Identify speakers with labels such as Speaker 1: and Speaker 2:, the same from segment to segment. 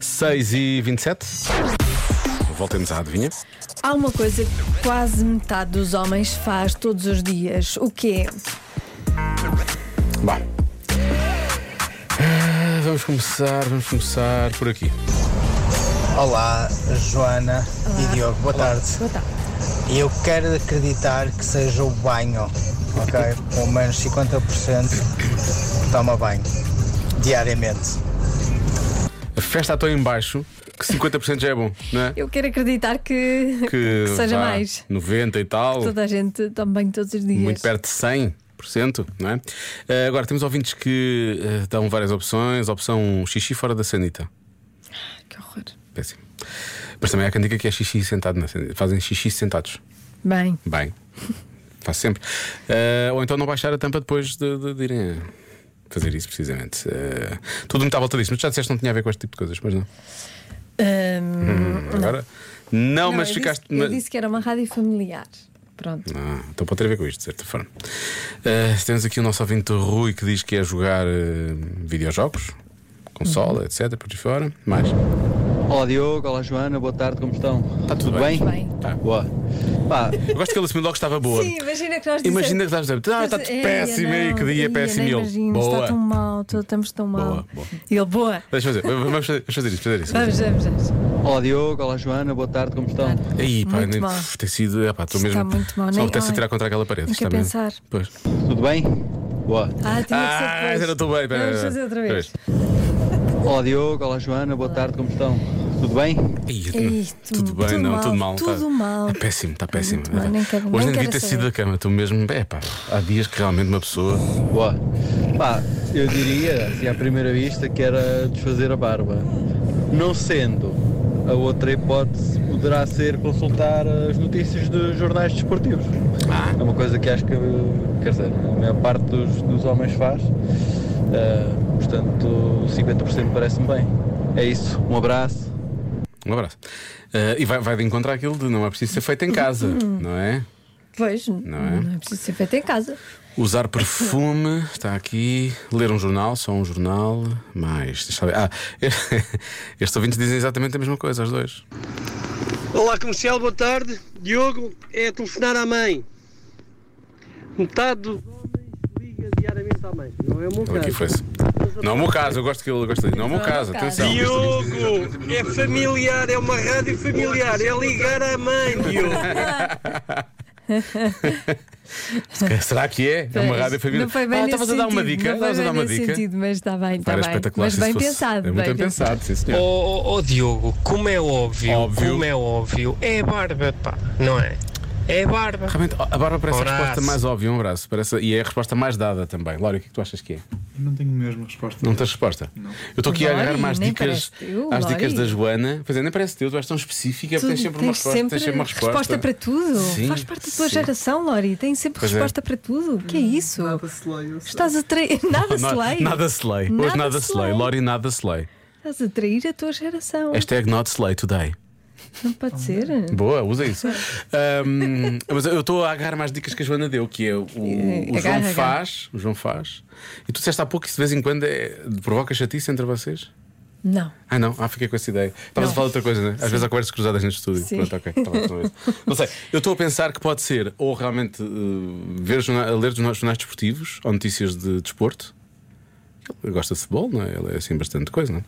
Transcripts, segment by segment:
Speaker 1: 6 e 27 Voltemos à adivinha.
Speaker 2: Há uma coisa que quase metade dos homens faz todos os dias. O quê?
Speaker 1: Vá. Ah, Vamos começar, vamos começar por aqui.
Speaker 3: Olá, Joana e Diogo, boa tarde.
Speaker 2: Boa tarde.
Speaker 3: Eu quero acreditar que seja o banho, ok? Pelo menos 50% toma banho, diariamente.
Speaker 1: A festa está tão em baixo que 50% já é bom, não é?
Speaker 2: Eu quero acreditar que, que seja
Speaker 1: vá,
Speaker 2: mais.
Speaker 1: 90 e tal.
Speaker 2: Toda a gente toma banho todos os dias.
Speaker 1: Muito perto de 100%, não é? Ah, agora, temos ouvintes que ah, dão várias opções. Opção xixi fora da sanita.
Speaker 2: Que horror.
Speaker 1: Péssimo. Mas também há quem diga que é xixi sentado na sanita. Fazem xixi sentados.
Speaker 2: Bem,
Speaker 1: Bem, faço sempre. Ah, ou então não baixar a tampa depois de, de- de irem fazer isso, precisamente. Ah, tudo muito à volta disso. Mas já disseste que não tinha a ver com este tipo de coisas, mas não.
Speaker 2: hum,
Speaker 1: Agora. Não,
Speaker 2: não,
Speaker 1: mas
Speaker 2: eu
Speaker 1: ficaste.
Speaker 2: Disse, eu
Speaker 1: mas-
Speaker 2: disse que era uma rádio familiar. Pronto.
Speaker 1: Ah, então pode ter a ver com isto, de certa forma. Ah, temos aqui o nosso ouvinte Rui que diz que é jogar eh, videojogos, consola,
Speaker 2: Uhum.
Speaker 1: etc. Por aí fora. Mais.
Speaker 4: Olá Diogo, olá Joana, boa tarde, como estão?
Speaker 1: Está tudo bem?
Speaker 4: bem?
Speaker 2: Bem.
Speaker 1: Tá.
Speaker 4: Boa. Pá,
Speaker 1: Eu gosto que ele assumiu logo que estava boa.
Speaker 2: Sim, é- imagina que nós
Speaker 1: Imagina que
Speaker 2: dissemos-
Speaker 1: estás a dizer, ah, está
Speaker 2: Ei,
Speaker 1: tudo péssimo aí, que
Speaker 2: não,
Speaker 1: dia é
Speaker 2: ei,
Speaker 1: péssimo.
Speaker 2: nem
Speaker 1: E ele,
Speaker 2: imagino, Está tão
Speaker 1: boa.
Speaker 2: mal, to- estamos tão mal.
Speaker 1: Boa, boa.
Speaker 2: E ele, boa.
Speaker 1: Deixa eu fazer, vamos fazer, vamos fazer isso, fazer isso.
Speaker 2: Vamos, vamos, vamos.
Speaker 4: olá Diogo, olá Joana, boa tarde, como estão?
Speaker 1: Aí, pá,
Speaker 2: Muito
Speaker 1: nem-
Speaker 2: mal.
Speaker 1: puf, tem sido. É, pá, estou
Speaker 2: Está
Speaker 1: mesmo.
Speaker 2: muito mal,
Speaker 1: Só
Speaker 2: nem-
Speaker 1: me apetece
Speaker 2: ai,
Speaker 1: atirar contra aquela parede.
Speaker 2: nem
Speaker 1: está
Speaker 2: quer
Speaker 1: mesmo.
Speaker 2: pensar.
Speaker 1: Pois.
Speaker 4: Tudo bem? Boa.
Speaker 2: Ah, tinha que ser
Speaker 1: Ah,
Speaker 2: depois.
Speaker 1: ainda não estou bem, espera,
Speaker 2: Vamos
Speaker 1: espera,
Speaker 2: fazer outra
Speaker 1: espera.
Speaker 2: vez.
Speaker 4: Olá Diogo, olá Joana, boa tarde, como estão? Tudo bem?
Speaker 1: Ih,
Speaker 2: Ei,
Speaker 1: tudo,
Speaker 2: tudo-
Speaker 1: bem,
Speaker 2: tudo
Speaker 1: não,
Speaker 2: mal,
Speaker 1: tudo mal.
Speaker 2: tudo
Speaker 1: tá-
Speaker 2: mal.
Speaker 1: É péssimo, está péssimo. é.
Speaker 2: Muito mal, nem quero-
Speaker 1: Hoje
Speaker 2: nem
Speaker 1: devia
Speaker 2: quero
Speaker 1: ter
Speaker 2: saber.
Speaker 1: sido da cama, tu mesmo. É pá, há dias que realmente uma pessoa.
Speaker 4: Boa. Pá, eu diria, assim à primeira vista, que era desfazer a barba. Não sendo, a outra hipótese poderá ser consultar as notícias dos jornais desportivos. É uma coisa que acho que, quer dizer, a maior parte dos, dos homens faz. Ah, portanto, 50% parece-me bem. É isso, um abraço.
Speaker 1: Um abraço. Ah, e vai, vai de encontrar aquilo de não é preciso ser feito em casa,
Speaker 2: Uhum.
Speaker 1: não é?
Speaker 2: Pois, não
Speaker 1: é?
Speaker 2: é? preciso ser feito em casa.
Speaker 1: Usar perfume, está aqui. Ler um jornal, só um jornal. Mais, deixa eu ver. Ah, estes ouvintes dizem exatamente a mesma coisa, os dois.
Speaker 5: Olá comercial, boa tarde. Diogo, é telefonar à mãe. Metade dos homens liga diariamente à mãe. Não é o meu
Speaker 1: Ele aqui
Speaker 5: caso.
Speaker 1: foi Não é o meu caso, eu gosto que ele gosta disso. Não é o meu caso, atenção.
Speaker 5: Diogo, é familiar, é uma rádio familiar, é ligar à mãe, Diogo.
Speaker 1: Será que é? É uma
Speaker 2: Pois,
Speaker 1: rádio familiar.
Speaker 2: Não foi bem
Speaker 1: ah,
Speaker 2: nesse
Speaker 1: estavas a dar uma
Speaker 2: sentido,
Speaker 1: dica.
Speaker 2: Não foi
Speaker 1: Estavas a dar
Speaker 2: bem
Speaker 1: uma
Speaker 2: nesse
Speaker 1: dica.
Speaker 2: sentido, mas está bem, está
Speaker 1: Era
Speaker 2: bem.
Speaker 1: espetacular.
Speaker 2: Mas
Speaker 1: se
Speaker 2: bem
Speaker 1: fosse-
Speaker 2: pensado.
Speaker 1: É muito
Speaker 2: bem
Speaker 1: bem pensado, sim, senhor.
Speaker 6: Ó oh, Diogo, como é óbvio,
Speaker 1: Óbvio.
Speaker 6: como é óbvio, é barba, pá, não é? É barba.
Speaker 1: Realmente, a barba parece a
Speaker 6: Abraço.
Speaker 1: resposta mais óbvia, um abraço. Parece, e é a resposta mais dada também. Lória, o que é que tu achas que é?
Speaker 7: Não tenho mesmo resposta.
Speaker 1: Não tens resposta? Eu estou aqui a
Speaker 2: Lori,
Speaker 1: agarrar mais
Speaker 2: nem
Speaker 1: dicas,
Speaker 2: parece teu,
Speaker 1: às
Speaker 2: Lori.
Speaker 1: dicas da Joana. Pois é, nem parece teu, tu és tão específica,
Speaker 2: Tu
Speaker 1: tens sempre uma resposta.
Speaker 2: sempre
Speaker 1: tens sempre uma resposta.
Speaker 2: para tudo.
Speaker 1: Sim,
Speaker 2: Faz parte da tua
Speaker 1: sim.
Speaker 2: geração, Lori. Tem sempre
Speaker 1: Pois é.
Speaker 2: resposta para tudo. O que é isso?
Speaker 7: Slay,
Speaker 2: Estás a trair. Nada
Speaker 1: Não,
Speaker 2: slay.
Speaker 1: Nada slay. Hoje
Speaker 2: Nada
Speaker 1: nada slay.
Speaker 2: slay.
Speaker 1: Lori, nada slay.
Speaker 2: Estás a trair a tua geração.
Speaker 1: Hashtag not slay today.
Speaker 2: Não pode ser.
Speaker 1: Boa, usa isso. Ahm, mas eu estou a agarrar mais dicas que a Joana deu, que é o, o João
Speaker 2: Agarra, agarra.
Speaker 1: faz. O João faz. E tu disseste há pouco que isso de vez em quando é- provoca chatice entre vocês?
Speaker 2: Não.
Speaker 1: Ah, não, ah, fiquei com essa ideia. Estavas a falar de outra coisa, né? Às vezes há conversas cruzadas neste estúdio.
Speaker 2: Sim.
Speaker 1: Pronto, ok. Tá bem, não é isso. não sei, eu estou a pensar que pode ser ou realmente eh, ver jorna- ler jorna- jornais desportivos ou notícias de desporto. Ele gosta de futebol, não é? Ele é assim bastante coisa, não é?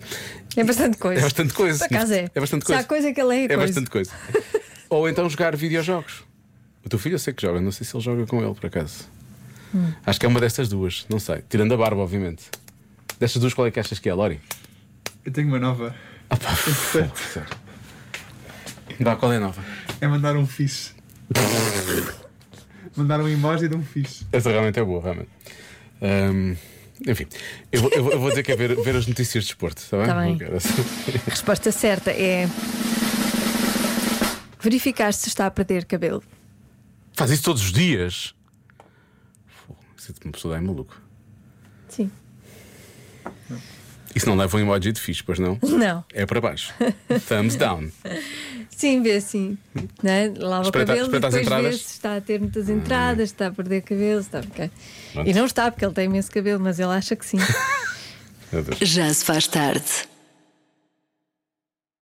Speaker 2: É bastante coisa.
Speaker 1: É bastante coisa.
Speaker 2: Por acaso é.
Speaker 1: É bastante
Speaker 2: Se há
Speaker 1: coisa.
Speaker 2: coisa que ele é,
Speaker 1: É bastante coisa. ou então jogar videojogos. O teu filho eu sei que joga, não sei se ele joga com ele, por acaso.
Speaker 2: Hum.
Speaker 1: Acho que é uma destas duas, não sei. Tirando a barba, obviamente. Destas duas, qual é que achas que é, Lori?
Speaker 7: Eu tenho uma nova.
Speaker 2: Ah,
Speaker 7: Entretanto,
Speaker 1: Vá, qual é a nova?
Speaker 7: é mandar um fixe. mandar um emoji de um fixe.
Speaker 1: Essa realmente é boa, realmente. Ahm, enfim, eu vou, eu vou- eu vou dizer que é ver, ver as notícias de desporto, está bem?
Speaker 2: Tá bem.
Speaker 1: Não quero essa.
Speaker 2: A resposta certa é. Verificar se está a perder cabelo.
Speaker 1: Faz isso todos os dias. Fogo, Isso é uma pessoa daí maluco.
Speaker 2: Sim.
Speaker 1: Isso não leva um emoji de fixe, pois não?
Speaker 2: Não.
Speaker 1: É para baixo. Thumbs down.
Speaker 2: Sim, vê assim. Não é? Lava
Speaker 1: Espreita-
Speaker 2: o cabelo
Speaker 1: espreita
Speaker 2: e
Speaker 1: as
Speaker 2: depois vê
Speaker 1: entradas. Hum.
Speaker 2: se está a ter muitas entradas, se está a perder cabelo, se está a ficar.
Speaker 1: Pronto.
Speaker 2: E não está, porque ele tem imenso cabelo, mas ele acha que sim.
Speaker 1: Meu Deus.
Speaker 8: Já se faz tarde.